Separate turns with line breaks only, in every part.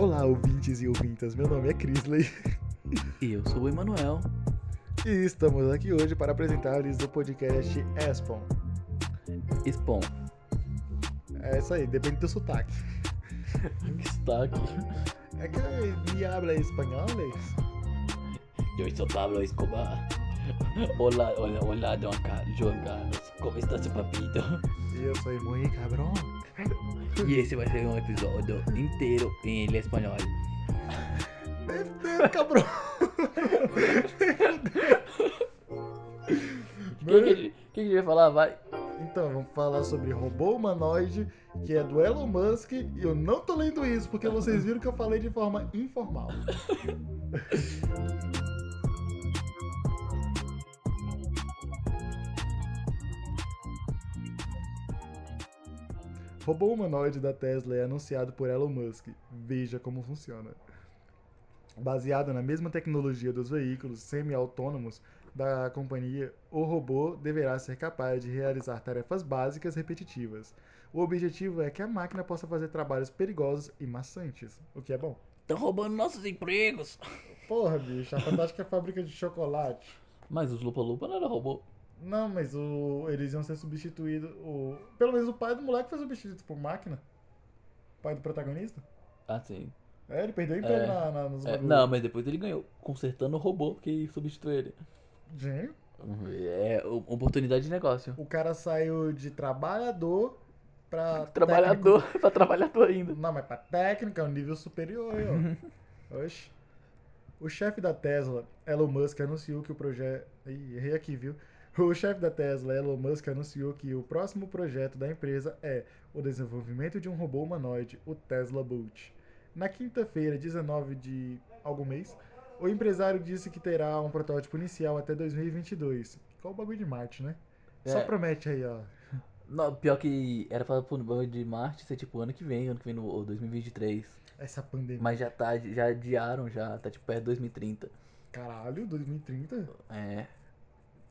Olá, ouvintes e ouvintas. Meu nome é Crisley
E eu sou o Emanuel.
e estamos aqui hoje para apresentar-lhes o podcast Espon.
Spawn.
É isso aí, depende do sotaque.
Que está aqui.
É que me habla espanhol?
Eu sou Pablo Escobar. Olá, olá, olá, Don Carlos, João Carlos. Como está seu papito?
E eu sou muito cabrão.
E esse vai ser um episódio inteiro em ele espanhol.
Cabrão.
O que, que, que ele vai falar? Vai.
Então, vamos falar sobre robô humanoide, que é do Elon Musk, e eu não tô lendo isso, porque vocês viram que eu falei de forma informal. robô humanoide da Tesla é anunciado por Elon Musk. Veja como funciona. Baseado na mesma tecnologia dos veículos semi-autônomos, da companhia, o robô deverá ser capaz de realizar tarefas básicas repetitivas. O objetivo é que a máquina possa fazer trabalhos perigosos e maçantes, o que é bom.
Estão Tá roubando nossos empregos.
Porra, bicho, a fantástica fábrica de chocolate.
Mas os Lupa Lupa não era robô.
Não, mas o, eles iam ser substituídos. O, pelo menos o pai do moleque foi substituído por máquina. O pai do protagonista.
Ah, sim.
É, ele perdeu o emprego
É,
na, na, nos
É,
bagulho.
não, mas depois ele ganhou, consertando o robô que substituiu ele.
Gênio.
É o- oportunidade de negócio.
O cara saiu de trabalhador pra. técnico.
Trabalhador, pra trabalhador ainda.
Não, mas pra técnica é um nível superior aí, ó. Oxe. O chefe da Tesla, Elon Musk, anunciou que o projeto. Ih, errei aqui, viu? O chefe da Tesla, Elon Musk, anunciou que o próximo projeto da empresa é o desenvolvimento de um robô humanoide, o Tesla Bolt. Na quinta-feira, 19 de algum mês, o empresário disse que terá um protótipo inicial até 2022. Qual o bagulho de Marte, né? Só
É.
promete aí, ó.
Não, pior que era pra pro banho de Marte ser tipo ano que vem, ano que vem no ou 2023.
Essa pandemia.
Mas já tá, já adiaram, já tá tipo perto de 2030.
Caralho, 2030?
É.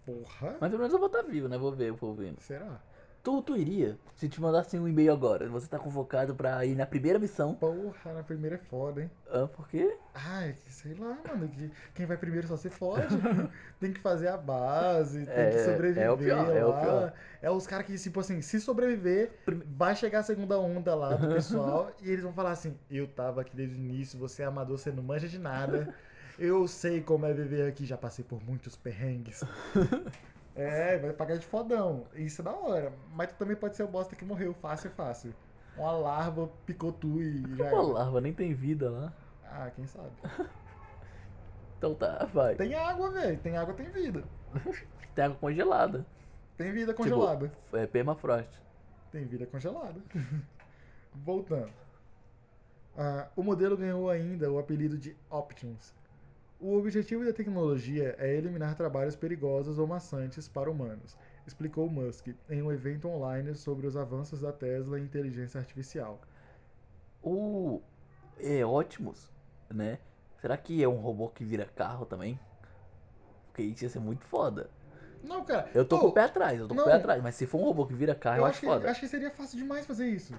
Porra.
Mas pelo menos eu vou estar vivo, né? Vou ver, vou vendo.
Será?
Tu, tu iria? Se te mandassem um e-mail agora, você tá convocado pra ir na primeira missão.
Porra, na primeira é foda, hein?
Ah, por quê?
Ai, sei lá, mano. que- Quem vai primeiro só se fode. né? tem que fazer a base, tem que
É,
sobreviver.
é o pior,
lá.
é o pior.
É os caras que, tipo assim, se sobreviver, vai chegar a segunda onda lá do pessoal e eles vão falar assim: eu tava aqui desde o início, você é amador, você não manja de nada. Eu sei como é viver aqui, já passei por muitos perrengues. É, vai pagar de fodão. Isso é da hora. Mas tu também pode ser o bosta que morreu fácil, é fácil. Uma larva picou tu e já
Uma
era.
larva, nem tem vida lá.
Ah, quem sabe?
Então tá, vai.
Tem água, velho. Tem água, tem vida.
Tem água congelada.
Tem vida congelada.
É permafrost.
Tem vida congelada. Voltando. Ah, o modelo ganhou ainda o apelido de Optimus. O objetivo da tecnologia é eliminar trabalhos perigosos ou maçantes para humanos, explicou Musk em um evento online sobre os avanços da Tesla em inteligência artificial.
O é Optimus, né? Será que é um robô que vira carro também? Porque isso ia ser muito foda.
Não, cara.
Eu tô
pô,
com o pé atrás, eu tô com o pé
não.
atrás, mas se for um robô que vira carro, eu,
Eu
acho
acho que,
foda.
acho que seria fácil demais fazer isso.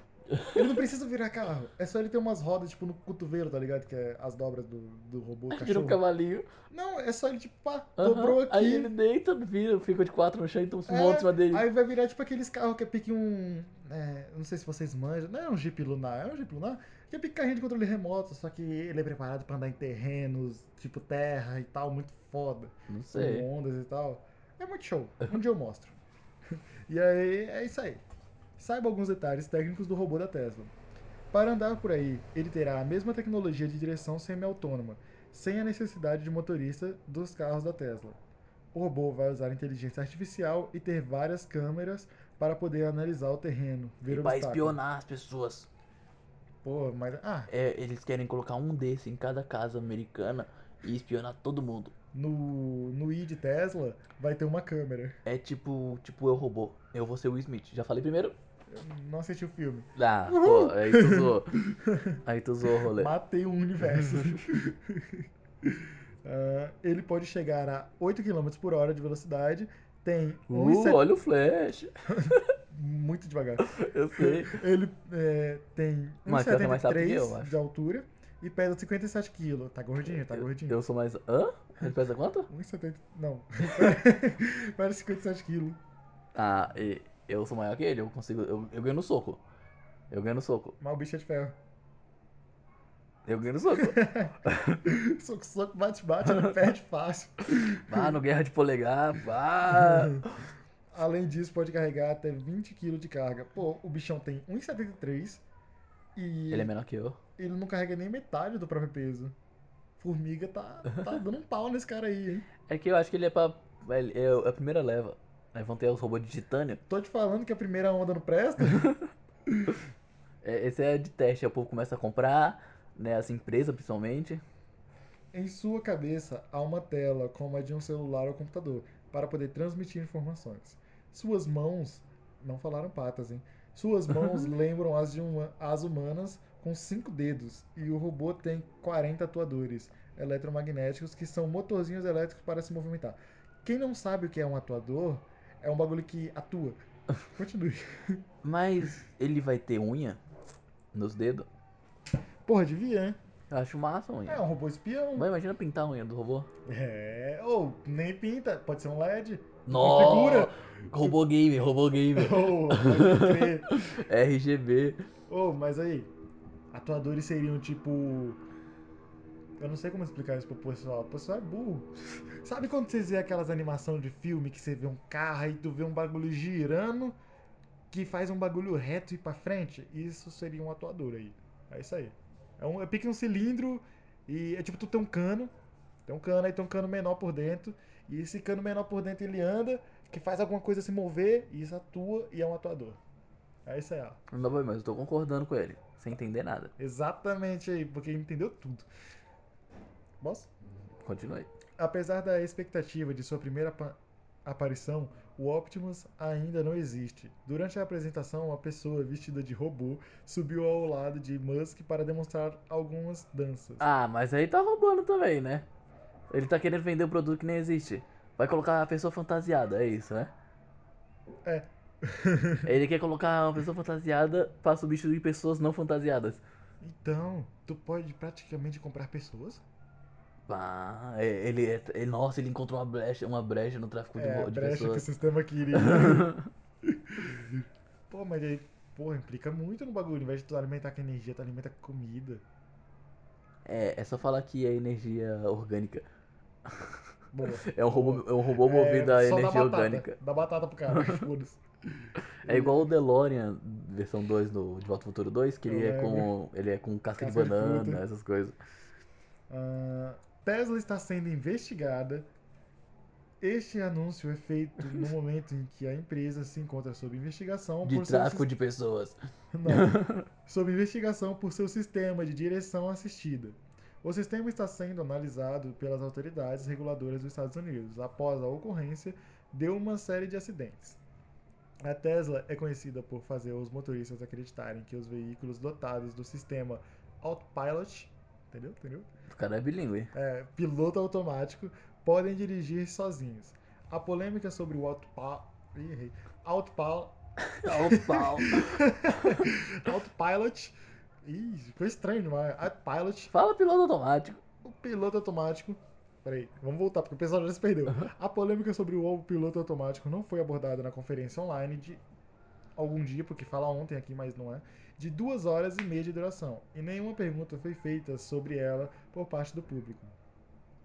Ele não precisa virar carro. É só ele ter umas rodas, tipo, no cotovelo, tá ligado? Que é as dobras do, do robô.
Vira um
é Cachorro.
cavalinho.
Não, é só ele, tipo, pá,
aham,
dobrou aqui.
Aí ele deita, vira, fica de quatro no chão e então se
É,
monta em cima dele.
Aí vai virar tipo aqueles carros que é pique um. é, não sei se vocês manjam. Não é um Jeep Lunar, é um Jeep Lunar. Que é pique carrinho de controle remoto, só que ele é preparado pra andar em terrenos, tipo terra e tal, muito foda.
Não
Com
sei.
ondas e tal. É muito show. Um dia eu mostro. E aí é isso aí. Saiba alguns detalhes técnicos do robô da Tesla. Para andar por aí, ele terá a mesma tecnologia de direção semi-autônoma, sem a necessidade de motorista dos carros da Tesla. O robô vai usar inteligência artificial e ter várias câmeras para poder analisar o terreno, ver
E
o
Pra
obstáculo.
espionar as pessoas.
Pô, mas ah,
É, eles querem colocar um desse em cada casa americana e espionar todo mundo.
no no i de Tesla vai ter uma câmera.
É tipo, tipo eu robô. Eu vou ser o Smith. Já falei primeiro?
Eu não assisti o filme.
Ah,
Uhum.
pô, aí tu zoou. Aí tu zoou o rolê.
Matei o universo. Ah, ele pode chegar a 8 km por hora de velocidade, tem
Uh,
1,70
olha o flash.
muito devagar.
Eu sei.
Ele é, tem
Mas ela tá mais rápido que eu,
1,73
acho.
de altura e pesa 57 quilos. Tá gordinho, tá gordinho.
Eu sou mais. Hã? Ele pesa quanto?
1,70. Não. Pesa 57 quilos.
Ah, e- eu sou maior que ele, eu consigo. Eu, eu ganho no soco. Eu ganho no soco.
Mas o bicho é de ferro.
Eu ganho no soco.
Soco, soco, bate, bate, ele perde fácil.
Vá no guerra de polegar, vá.
Além disso, pode carregar até 20 quilos de carga. Pô, o bichão tem 1,73 e
Ele é
ele,
menor que eu.
não carrega nem metade do próprio peso. Formiga tá, tá dando um pau nesse cara aí, hein?
É que eu acho que ele é pra. ele- É a primeira leva. Aí vão ter os robôs de titânio.
Tô te falando que a primeira onda não presta.
É, Esse é de teste, aí o povo começa a comprar, né? As empresas principalmente.
Em sua cabeça há uma tela como a de um celular ou computador para poder transmitir informações. Suas mãos não falaram patas, hein? Suas mãos lembram as de uma, as humanas com cinco dedos e o robô tem 40 atuadores eletromagnéticos que são motorzinhos elétricos para se movimentar. Quem não sabe o que é um atuador é um bagulho que atua. Continue.
Mas ele vai ter unha nos dedos?
Porra, devia, hein?
Eu acho massa a unha.
É um robô espião.
Mas imagina pintar a unha do robô.
É, ou nem pinta, pode ser um LED.
Nossa! Robô game, robô game.
Ou, pode crer.
RGB.
Ô, mas aí, atuadores seriam tipo. Eu não sei como explicar isso pro pessoal. O pessoal é burro. Sabe quando vocês vê aquelas animações de filme que você vê um carro e tu vê um bagulho girando que faz um bagulho reto e pra frente? Isso seria um atuador aí. É isso aí. É, um, é pique um cilindro e é tipo tu tem um cano. Tem um cano, aí tem um cano menor por dentro. E esse cano menor por dentro ele anda, que faz alguma coisa se mover, e isso atua e é um atuador. É isso aí, ó.
Não, boy, mas eu tô concordando com ele, sem entender nada.
Exatamente aí, porque ele entendeu tudo. Posso?
Continue.
Apesar da expectativa de sua primeira apa- aparição, o Optimus ainda não existe. Durante a apresentação, uma pessoa vestida de robô subiu ao lado de Musk para demonstrar algumas danças.
Ah, mas aí tá roubando também, né? Ele tá querendo vender um produto que nem existe. Vai colocar a pessoa fantasiada, é isso, né?
É.
Ele quer colocar uma pessoa fantasiada pra substituir pessoas não fantasiadas.
Então, tu pode praticamente comprar pessoas?
Ah, é- ele, é- ele- nossa, ele encontrou uma brecha, uma brecha no tráfico de,
é,
ro-
a
de
brecha que o
pessoas.
sistema queria. Pô, mas aí, porra, implica muito no bagulho. Ao invés de tu alimentar com energia, tu alimenta com comida.
É, é só falar que é energia orgânica.
Boa.
É um robô, é um robô
É,
movido a
só dá
energia
batata,
orgânica.
Dá batata pro cara, foda-se.
É igual o DeLorean, versão 2 do De Volta ao Futuro 2, que ele
Eu
é, com, ele é com casca, de
Casca de
banana,
fruta.
essas coisas.
Ah, Tesla está sendo investigada. Este anúncio é feito no momento em que a empresa se encontra sob investigação
De
por um seu
tráfico de pessoas.
Não. Sob investigação por seu sistema de direção assistida. O sistema está sendo analisado pelas autoridades reguladoras dos Estados Unidos após a ocorrência de uma série de acidentes. A Tesla é conhecida por fazer os motoristas acreditarem que os veículos dotados do sistema Autopilot, entendeu? Entendeu?
O cara é bilíngue.
É, piloto automático podem dirigir sozinhos. A polêmica sobre o Autopilot, errei, Autopilot É um
Ó, pau.
Autopilot. Ih, ficou estranho demais. Autopilot,
Fala piloto automático.
o piloto automático. Peraí, vamos voltar, porque o pessoal já se perdeu. A polêmica sobre o piloto automático não foi abordada na conferência online de algum dia, porque fala ontem aqui, mas não é, de duas horas e meia de duração, e nenhuma pergunta foi feita sobre ela por parte do público.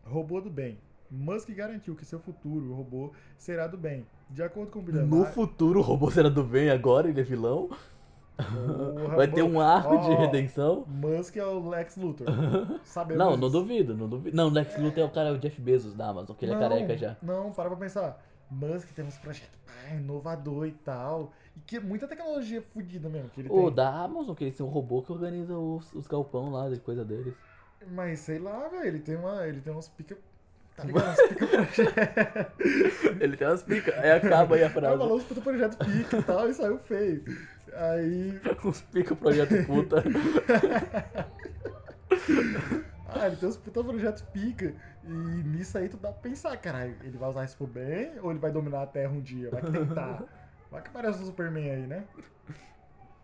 Robô do bem. Musk garantiu que seu futuro robô será do bem. De acordo com o bilionário...
No futuro o robô será do bem, agora ele é vilão.
Porra,
Vai ter um arco de
Ó.
redenção.
Musk é o Lex Luthor. Sabemos
Não, não
disso.
duvido, não duvido. Não, Lex Luthor é o cara, é o Jeff Bezos da Amazon, que ele é
Não,
careca já.
Não, para pra pensar. Musk tem uns projetos ah, inovador e tal. E que é muita tecnologia fodida mesmo que ele
Ou
tem.
da Amazon, que eles têm um robô que organiza os, os galpão lá, de coisa deles.
Mas sei lá, velho, ele tem uma. Ele tem uns pica. Tá ligado? Uns pica projetos.
Ele tem umas picas, aí acaba aí a
Aí
frase.
falou tá uns puta projeto pica e tal, e saiu feio. Aí.
Uns pica projeto puta.
Ah, ele tem uns puta projetos pica. E nisso aí tu dá pra pensar, caralho, ele vai usar isso pro bem ou ele vai dominar a Terra um dia? Vai que tentar. Vai que aparece o Superman aí, né?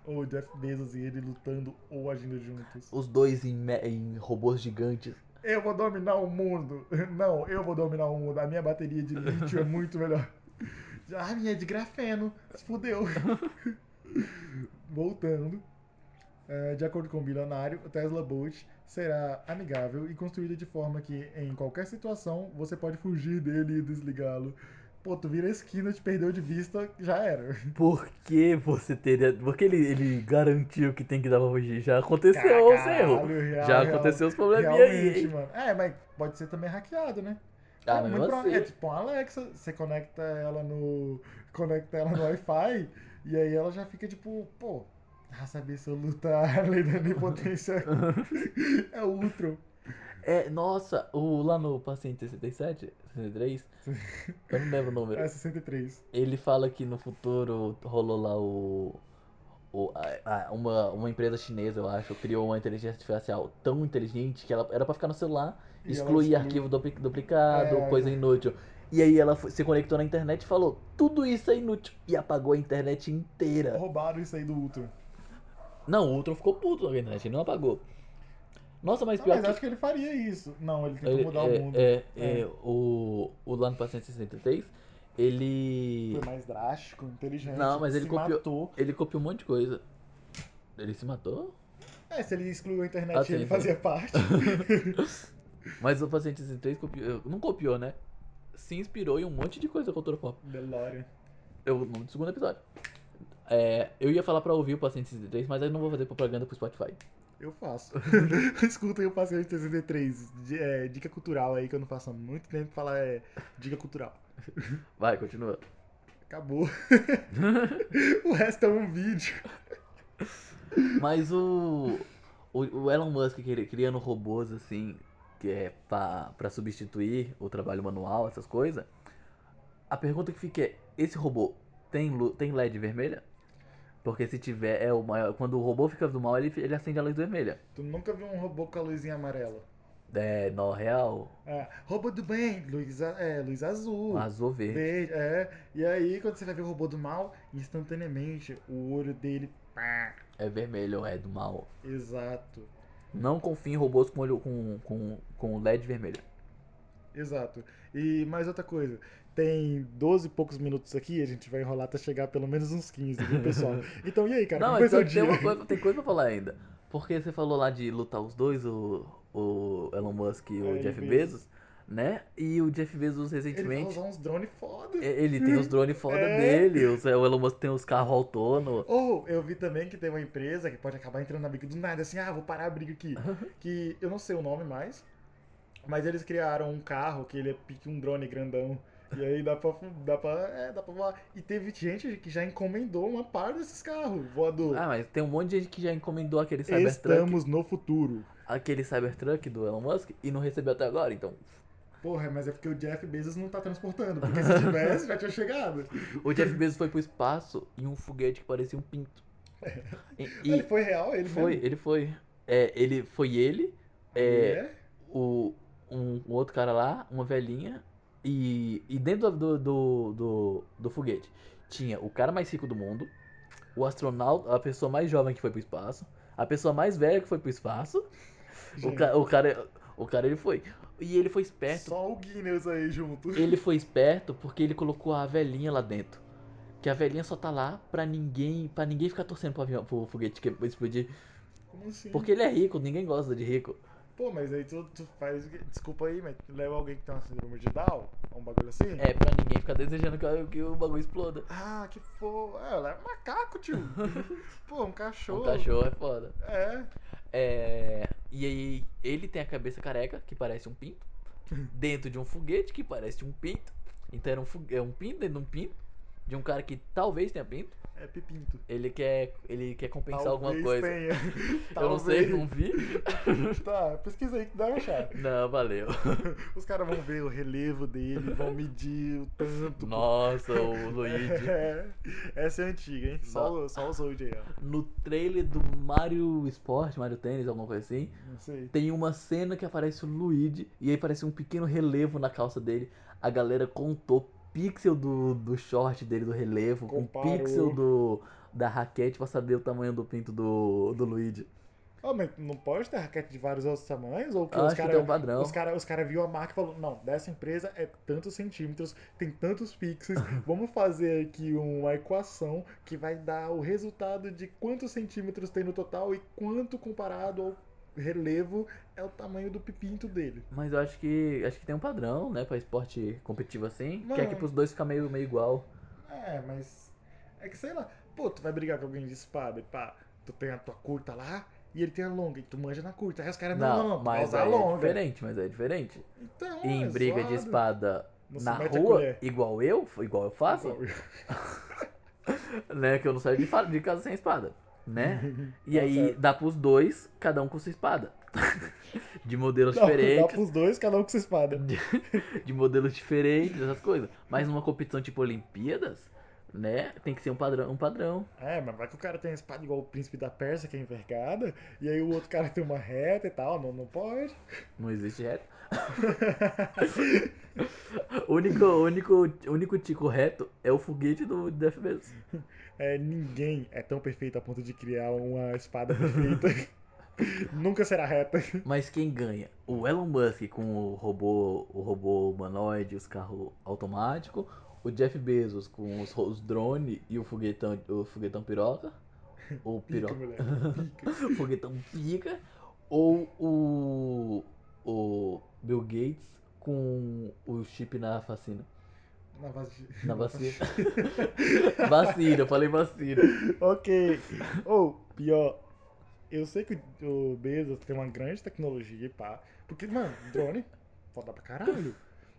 ou o Jeff Bezos e ele lutando ou agindo juntos.
Os dois em, me- em robôs gigantes.
Eu vou dominar o mundo. Não, eu vou dominar o mundo. A minha bateria de lítio é muito melhor. A minha é de grafeno. Se Fudeu. Voltando. eh, De acordo com o bilionário, o Tesla Bolt será amigável e construída de forma que, em qualquer situação, você pode fugir dele e desligá-lo. Pô, tu vira a esquina, te perdeu de vista, já era.
Por que você teria. Porque ele, ele garantiu que tem que dar pra fugir. Já aconteceu os erros.
Caralho, real,
é um Já
real.
aconteceu os probleminha aí.
Realmente,
hein?
mano. É, mas pode ser também hackeado, né?
Ah,
é,
mas
muito pro- é
você.
tipo uma Alexa, você conecta ela no. Conecta ela no Wi-Fi e aí ela já fica tipo, pô, ah, saber se eu lutar a lei da onipotência é o Ultron.
É, nossa, o, lá no paciente 67, 63, eu não lembro o número.
É 63.
Ele fala que no futuro rolou lá o. o- a- a- uma, uma empresa chinesa, eu acho, criou uma inteligência artificial tão inteligente que ela era pra ficar no celular,
E ela
excluir
exclui-
arquivo dupli- duplicado,
É,
coisa
é.
inútil. E aí ela foi- se conectou na internet e falou: tudo isso é inútil. E apagou a internet inteira.
Roubaram isso aí do Ultron.
Não, o Ultron ficou puto na internet, ele não apagou. Nossa, mas
Não,
pior
mas
que.
acho que ele faria isso. Não, ele tentou
Ele-
mudar
é,
o mundo.
é,
É.
é, o, o lá no Paciente 63, ele.
Foi mais drástico, inteligente.
Não, mas ele
se
copiou-
matou.
Ele copiou um monte de coisa. Ele se matou?
É, se ele excluiu a internet,
Ah, sim,
ele
sim.
fazia parte.
Mas o Paciente 63 copiou. Não copiou, né? Se inspirou em um monte de coisa da cultura pop.
Delório.
É o nome do segundo episódio. É, eu ia falar pra ouvir o Paciente 63, mas aí eu não vou fazer propaganda pro Spotify.
Eu faço. Escutem o Passeio 63. Di- é, dica cultural aí que eu não faço há muito tempo. Falar é dica cultural.
Vai, continua.
Acabou. o resto é um vídeo.
Mas o, o, o Elon Musk que ele- criando robôs assim, que é pra, pra substituir o trabalho manual, essas coisas. A pergunta que fica é: esse robô tem, lu- tem LED vermelha? Porque se tiver, é o maior. Quando o robô fica do mal, ele, fi- ele acende a luz vermelha.
Tu nunca viu um robô com a luzinha amarela?
É, no real,
É, robô do bem, luz, a- é, luz azul.
azul verde.
Verde, é. E aí, quando você vai ver o robô do mal, instantaneamente o olho dele. pá,
É vermelho, é do mal.
Exato.
Não confie em robôs com, olho, com, com, com LED vermelho.
Exato. E mais outra coisa. Tem 12 e poucos minutos aqui, a gente vai enrolar até chegar pelo menos uns 15, viu, pessoal? Então, e aí, cara?
Não,
como foi
então
seu
tem,
dia?
uma coisa, tem coisa pra falar ainda. Porque você falou lá de lutar os dois, o, o Elon Musk e o
É,
Jeff
ele
Bezos, né? E o Jeff Bezos
Ele vai
recentemente.
usar uns drones foda.
e- Ele, tem os drones foda
tá É.
dele, os- o Elon Musk tem os carros autônomos.
Ou eu vi também que tem uma empresa que pode acabar entrando na briga do nada, assim, ah, vou parar a briga aqui. que eu não sei o nome mais, mas eles criaram um carro que ele é pique um drone grandão. E aí dá pra, fu- dá pra, é, dá pra voar. E teve gente que já encomendou uma par desses carros voador.
Ah, mas tem um monte de gente que já encomendou aquele Cybertruck,
Estamos no futuro.
aquele Cybertruck do Elon Musk e não recebeu até agora, então.
Porra, mas é porque o Jeff Bezos não tá transportando, porque se tivesse já tinha chegado.
O Jeff Bezos foi pro espaço em um foguete que parecia um pinto.
É.
E, e
Ele foi real, ele
foi, ele foi. É, ele foi ele. é,
mesmo. É.
o, um, um outro cara lá, uma velhinha, e, e dentro do, do, do, do foguete tinha o cara mais rico do mundo, o astronauta, a pessoa mais jovem que foi pro espaço, a pessoa mais velha que foi pro espaço, o,
Gente,
ca, o cara, é o cara ele foi. E ele foi esperto,
Só o Guinness aí junto.
ele foi esperto porque ele colocou a velhinha lá dentro. Que a velhinha só tá lá pra ninguém, pra ninguém ficar torcendo pro avião, pro foguete que explodir.
Como assim?
Porque ele é rico, ninguém gosta de rico.
Pô, mas aí tu, tu faz. o quê? Desculpa aí, mas tu leva alguém que tem uma síndrome de Down? Um bagulho assim?
É, pra ninguém ficar desejando que, o- que o bagulho exploda. Um
Ah, que fofo. É, leva um macaco, tio. Pô, um cachorro.
Um cachorro é foda.
É.
É, E aí, ele tem a cabeça careca, que parece um pinto, dentro de um foguete, que parece um pinto. Então era um, fogu- é um pinto dentro de um pinto, de um cara que talvez tenha pinto.
É pepinto.
Ele quer, ele quer compensar
Talvez
alguma coisa.
Tenha.
Eu não sei,
Talvez.
não vi.
Tá, pesquisa aí que dá uma chave.
Não, valeu.
Os caras vão ver o relevo dele, vão medir o tanto.
Nossa, o Luigi.
É. Essa é antiga, hein? Só, o- só os old aí, ó.
No trailer do Mario Sport, Mario Tênis, alguma coisa assim,
Não sei.
Tem uma cena que aparece o Luigi e aí parece um pequeno relevo na calça dele. A galera contou pixel do, do short dele, do relevo,
Comparou.
com pixel do, da raquete pra saber o tamanho do pinto do, do Luigi.
Ó, Ah, mas não pode ter raquete de vários outros tamanhos? Ou que
Eu
os
acho que tem um
caras.
padrão.
Os caras os cara viu a marca e falou, não, dessa empresa é tantos centímetros, tem tantos pixels, vamos fazer aqui uma equação que vai dar o resultado de quantos centímetros tem no total e quanto comparado ao relevo é o tamanho do pipinto dele.
Mas eu acho que acho que tem um padrão, né, pra esporte competitivo assim. Que é
Mano.
que pros dois fica meio, meio igual.
É, mas é que sei lá, pô, tu vai brigar com alguém de espada e pá, tu tem a tua curta lá e ele tem a longa e tu manja na curta, aí os caras, É, não, não, não, tu vai
mas
usar a
aí é
longa.
diferente, mas é diferente.
Então,
E em
é
briga
zoado.
de espada
Não se
na
mete a
rua,
colher.
igual eu, igual eu faço, né? Que eu não saio de, fa- de casa sem espada, né? E
Tá
aí
certo.
dá pros dois, cada um com sua espada. De modelos
Não, dá
diferentes,
pros dois, cada um com sua espada.
de modelos diferentes, essas coisas. Mas numa competição tipo Olimpíadas, né? Tem que ser um padrão, um padrão.
É, mas vai que o cara tem uma espada igual o príncipe da Pérsia, que é envergada, e aí o outro cara tem uma reta e tal, não, não pode.
Não existe reto. O único, o único, o único tico reto é o foguete do Death Metal.
É, ninguém é tão perfeito a ponto de criar uma espada perfeita. Nunca será reta.
Mas quem ganha? O Elon Musk com o robô, o robô humanoide, os carros automáticos, o Jeff Bezos com os, ro- os drones e o foguetão, o foguetão piroca, ou
Pica,
piroca,
moleque. Pica.
foguetão pica, ou o, o Bill Gates com o chip na vacina.
Na vagina.
Na vacina. vacina, eu falei vacina.
ok. Ou, pior, eu sei que o o Bezos tem uma grande tecnologia, e pá. Porque, mano, drone, foda pra caralho.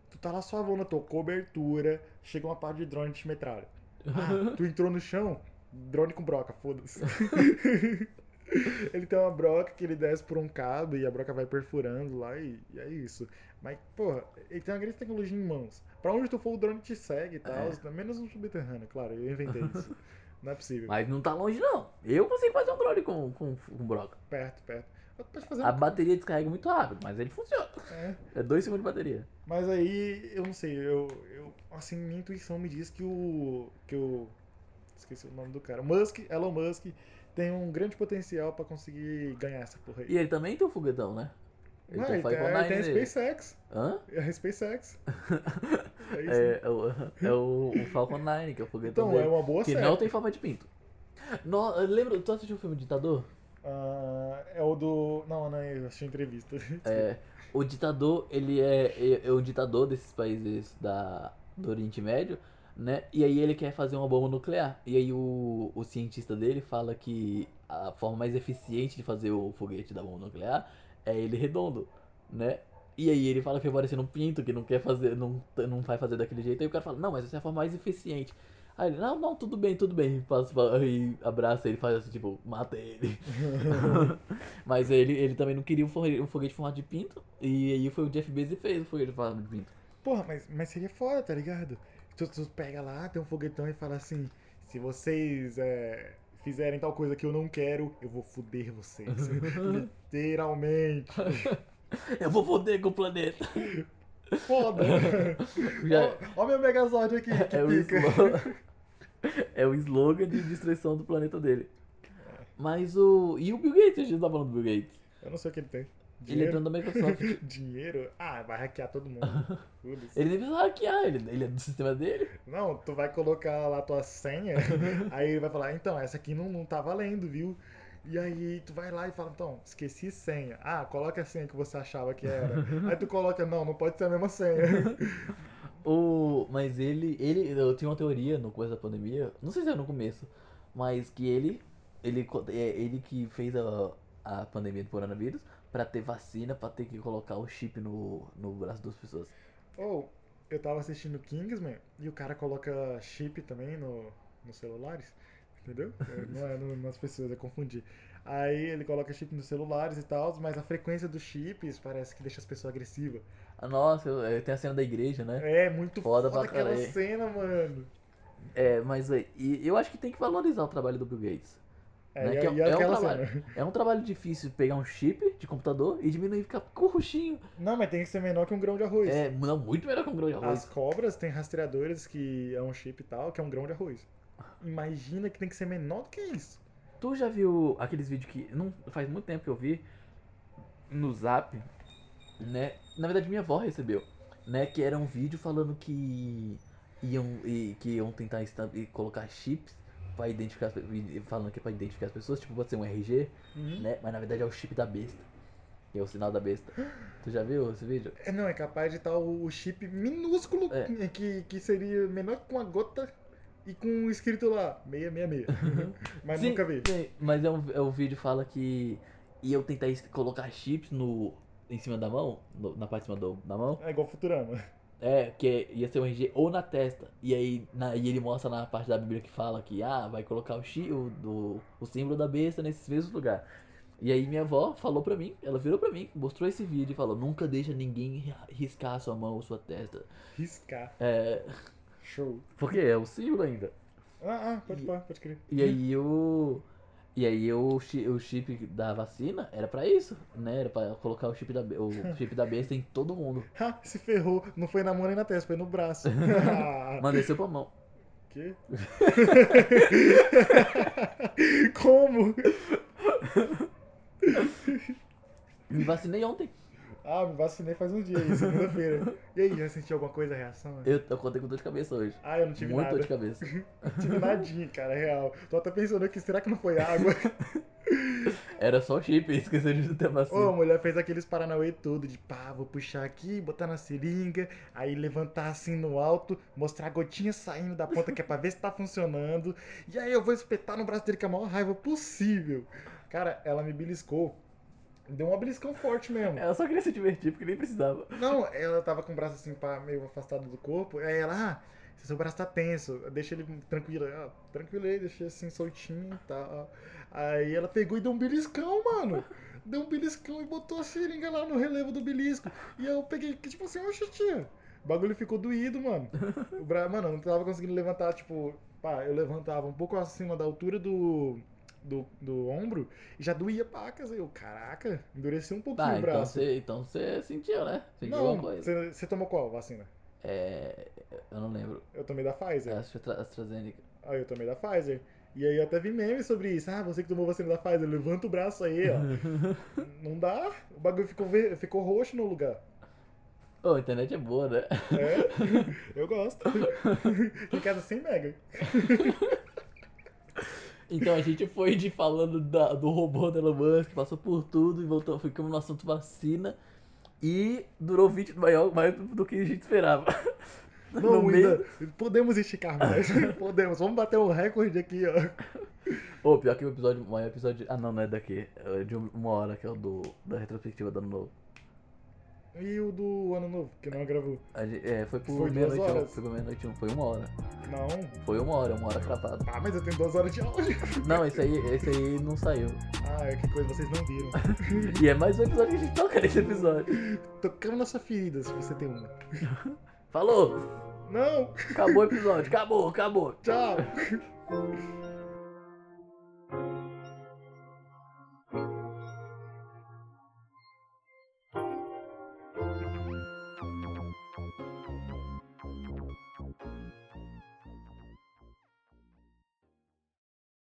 Tu tá lá só voando a tua cobertura, chega uma parte de drone e te metralha. Ah, tu entrou no chão, drone com broca, foda-se. ele tem uma broca que ele desce por um cabo e a broca vai perfurando lá e, e é isso. Mas, porra, ele tem uma grande tecnologia em mãos. Pra onde tu for, o drone te segue e tal. Menos no subterrâneo, claro, eu inventei isso. Não é possível.
Mas não tá longe não. Eu consigo fazer um drone com, com, com broca.
Perto, perto. Mas tu pode fazer
A
uma...
bateria descarrega muito rápido, mas ele funciona.
é.
É dois segundos de bateria.
Mas aí, eu não sei, eu, eu. Assim, minha intuição me diz que o. que o. Esqueci o nome do cara. Musk, Elon Musk, tem um grande potencial pra conseguir ganhar essa porra aí.
E ele também tem um foguetão, né? Ele
Não,
tem
Ah, ele
um Falcon 9
tem, ele tem
dele.
a SpaceX.
Hã?
É a SpaceX. É isso.
É, é o, é o, o Falcon 9, que é o foguetão
então, é
dele.
uma boa
que
série.
não tem forma de pinto. No, lembra, tu assistiu o filme Ditador?
Ah, é o do. Não, não, eu achei entrevista.
É, o ditador, ele é, é, é o ditador desses países da, do Oriente Médio, né? E aí ele quer fazer uma bomba nuclear. E aí o, o cientista dele fala que a forma mais eficiente de fazer o foguete da bomba nuclear é ele redondo, né? E aí ele fala que é parecendo um pinto, que não quer fazer, não, não vai fazer daquele jeito. Aí o cara fala, não, mas essa é a forma mais eficiente. Aí ele, não, não, tudo bem, tudo bem. E passa- E abraça ele, faz assim, tipo, mata ele. Mas ele, ele também não queria um foguete, um foguete em formato de pinto. E aí foi o Jeff Bezos e fez o foguete em formato de pinto.
Porra, mas, mas seria foda, tá ligado? Tu, tu pega lá, tem um foguetão e fala assim: se vocês é, fizerem tal coisa que eu não quero, eu vou foder vocês. Literalmente.
Eu vou foder com o planeta.
Foda.
Já-
Ó, ó meu Megazord aqui, que
é, o
pica.
slogan, é o slogan de destruição do planeta dele. Mas o. E o Bill Gates? A gente tá falando do Bill Gates.
Eu não sei o que ele tem.
Ele é
Dinheiro?
dono da Microsoft.
Dinheiro? Ah, vai hackear todo mundo. Foda-se.
Ele nem precisa hackear, ele, ele é do sistema dele.
Não, tu vai colocar lá tua senha, aí ele vai falar, então, essa aqui não, não tá valendo, viu? E aí tu vai lá e fala, então, esqueci senha. Ah, coloca a senha que você achava que era. Aí tu coloca, não, não pode ser a mesma senha.
O, mas ele, ele. Eu tinha uma teoria no começo da pandemia. Não sei se era no começo. Mas que ele. Ele, co- é ele que fez a, a pandemia do coronavírus pra ter vacina, pra ter que colocar o chip no, no braço das pessoas.
Ou, eu tava assistindo Kingsman e o cara coloca chip também no, nos celulares, entendeu? É, Não é no- nas pessoas, eu confundi. Aí ele coloca chip nos celulares e tal, mas a frequência dos chips parece que deixa as pessoas agressivas.
Ah, Nossa, eu- eu- tem a cena da igreja, né?
É muito
Foda
foda,
pra
aquela
caralho.
cena, mano.
É, mas é, e eu acho que tem que valorizar o trabalho do Bill Gates.
É,
né,
e,
que é-
e
é um
aquela
trabalho.
cena.
É um trabalho difícil pegar um chip de computador e diminuir, ficar curtinho.
Não, mas tem que ser menor que um grão de arroz.
É, não, muito melhor que um grão de É, arroz.
As cobras têm rastreadores que é um chip e tal, que é um grão de arroz. imagina que tem que ser menor do que isso.
Tu já viu aqueles vídeos que. Não, faz muito tempo que eu vi no zap, né? Na verdade minha avó recebeu, né? Que era um vídeo falando que iam, e, que iam tentar insta- e colocar chips pra identificar as pe- e- e Falando que é pra identificar as pessoas, tipo, pode ser um RG,
Hum? Uhum.
né? Mas na verdade é o chip da besta. Que é o sinal da besta. Tu já viu esse vídeo?
É, Não, é capaz de estar o chip minúsculo, né,
É.
que, que seria menor que uma gota, e com um escrito lá, 666. Mas
Uhum. Sim,
nunca vi.
sim, mas é um, é um vídeo que fala que iam tentar es- colocar chips no, em cima da mão, no- na parte de cima do- da mão.
É igual Futurama.
É, que ia ser um RG ou na testa. E aí na- e ele mostra na parte da Bíblia que fala que ah, vai colocar o, chi, o, do- o símbolo da besta nesses mesmos lugares. E aí minha avó falou pra mim, ela virou pra mim, mostrou esse vídeo e falou, nunca deixa ninguém ri- riscar a sua mão ou sua testa.
Riscar.
É,
Show.
porque é o símbolo ainda.
Ah, ah pode,
E-
pá, pode crer.
E
Hum.
aí o. E aí o, chi- o chip da vacina era pra isso, né? Era pra colocar o chip da, be- o chip da besta em todo mundo.
Ha, Ah, se ferrou. Não foi na mão nem na testa, foi no braço. Ah,
Mas desceu pra mão.
Quê? Como?
Me vacinei ontem.
Ah, me vacinei faz um dia aí, segunda-feira. E aí, já sentiu alguma coisa, a reação? né?
Eu, eu contei com dor de cabeça hoje.
Ah, eu não tive
Muito
nada.
dor de cabeça.
Não tive nadinha, cara, é real. Tô até pensando aqui, será que não foi água?
Era só o chip, esqueceu de ter
Ô, a
vacina.
mulher fez aqueles paranauê todo de pá, vou puxar aqui, botar na seringa, aí levantar assim no alto, mostrar a gotinha saindo da ponta que é pra ver se tá funcionando. E aí eu vou espetar no braço dele com a maior raiva possível. Cara, ela me beliscou. Deu um beliscão forte mesmo.
Ela só queria se divertir porque nem precisava.
Não, ela tava com o braço assim, pá, meio afastado do corpo. Aí ela, ah, seu braço tá tenso, deixa ele tranquilo. Ah, tranquilo aí, deixa assim soltinho e tal. Aí ela pegou e deu um beliscão, mano. Deu um beliscão e botou a seringa lá no relevo do belisco. E eu peguei, que tipo assim, oxe, tia. O bagulho ficou doído, mano. O bra... Mano, eu não tava conseguindo levantar, tipo, pá, eu levantava um pouco acima da altura do. Do, do ombro e já doía pacas. Aí eu, caraca, endureceu um pouquinho
Tá,
o
então
braço.
você então você sentiu, né? Sentiu
Não,
alguma coisa.
você você tomou qual vacina?
É. Eu não lembro.
Eu tomei da
É
Pfizer.
Astra- AstraZeneca.
Aí eu tomei da Pfizer. E aí eu até vi meme sobre isso. Ah, você que tomou vacina da Pfizer, levanta o braço aí, ó. Não dá. O bagulho ficou, ver- ficou roxo no lugar.
Ô, a internet é boa, né?
É, eu gosto. em casa sem mega.
Então a gente foi de falando da- do robô da Elon Musk, passou por tudo e voltou, ficamos no assunto vacina. E durou 20 maior, mais do que a gente esperava.
Não,
No
ainda. Podemos esticar mais. Podemos. Vamos bater um recorde aqui, ó.
Ô, pior que o episódio, o maior episódio. Ah, não, não é daqui. É de uma hora, que é o do, da retrospectiva do ano novo.
E o do ano novo, que não gravou.
A gente- é, foi por
Foi duas
meia-noite um.
horas?
Foi por meia-noite um, foi uma hora.
Não.
Foi uma hora, uma hora cravada.
Ah, mas eu tenho duas horas de áudio.
Não, esse aí, esse aí não saiu.
Ah, que coisa, vocês não viram.
E é mais um episódio que a gente toca nesse episódio.
Tocamos na sua ferida, se você tem uma.
Falou!
Não!
Acabou o episódio, acabou, acabou.
Tchau!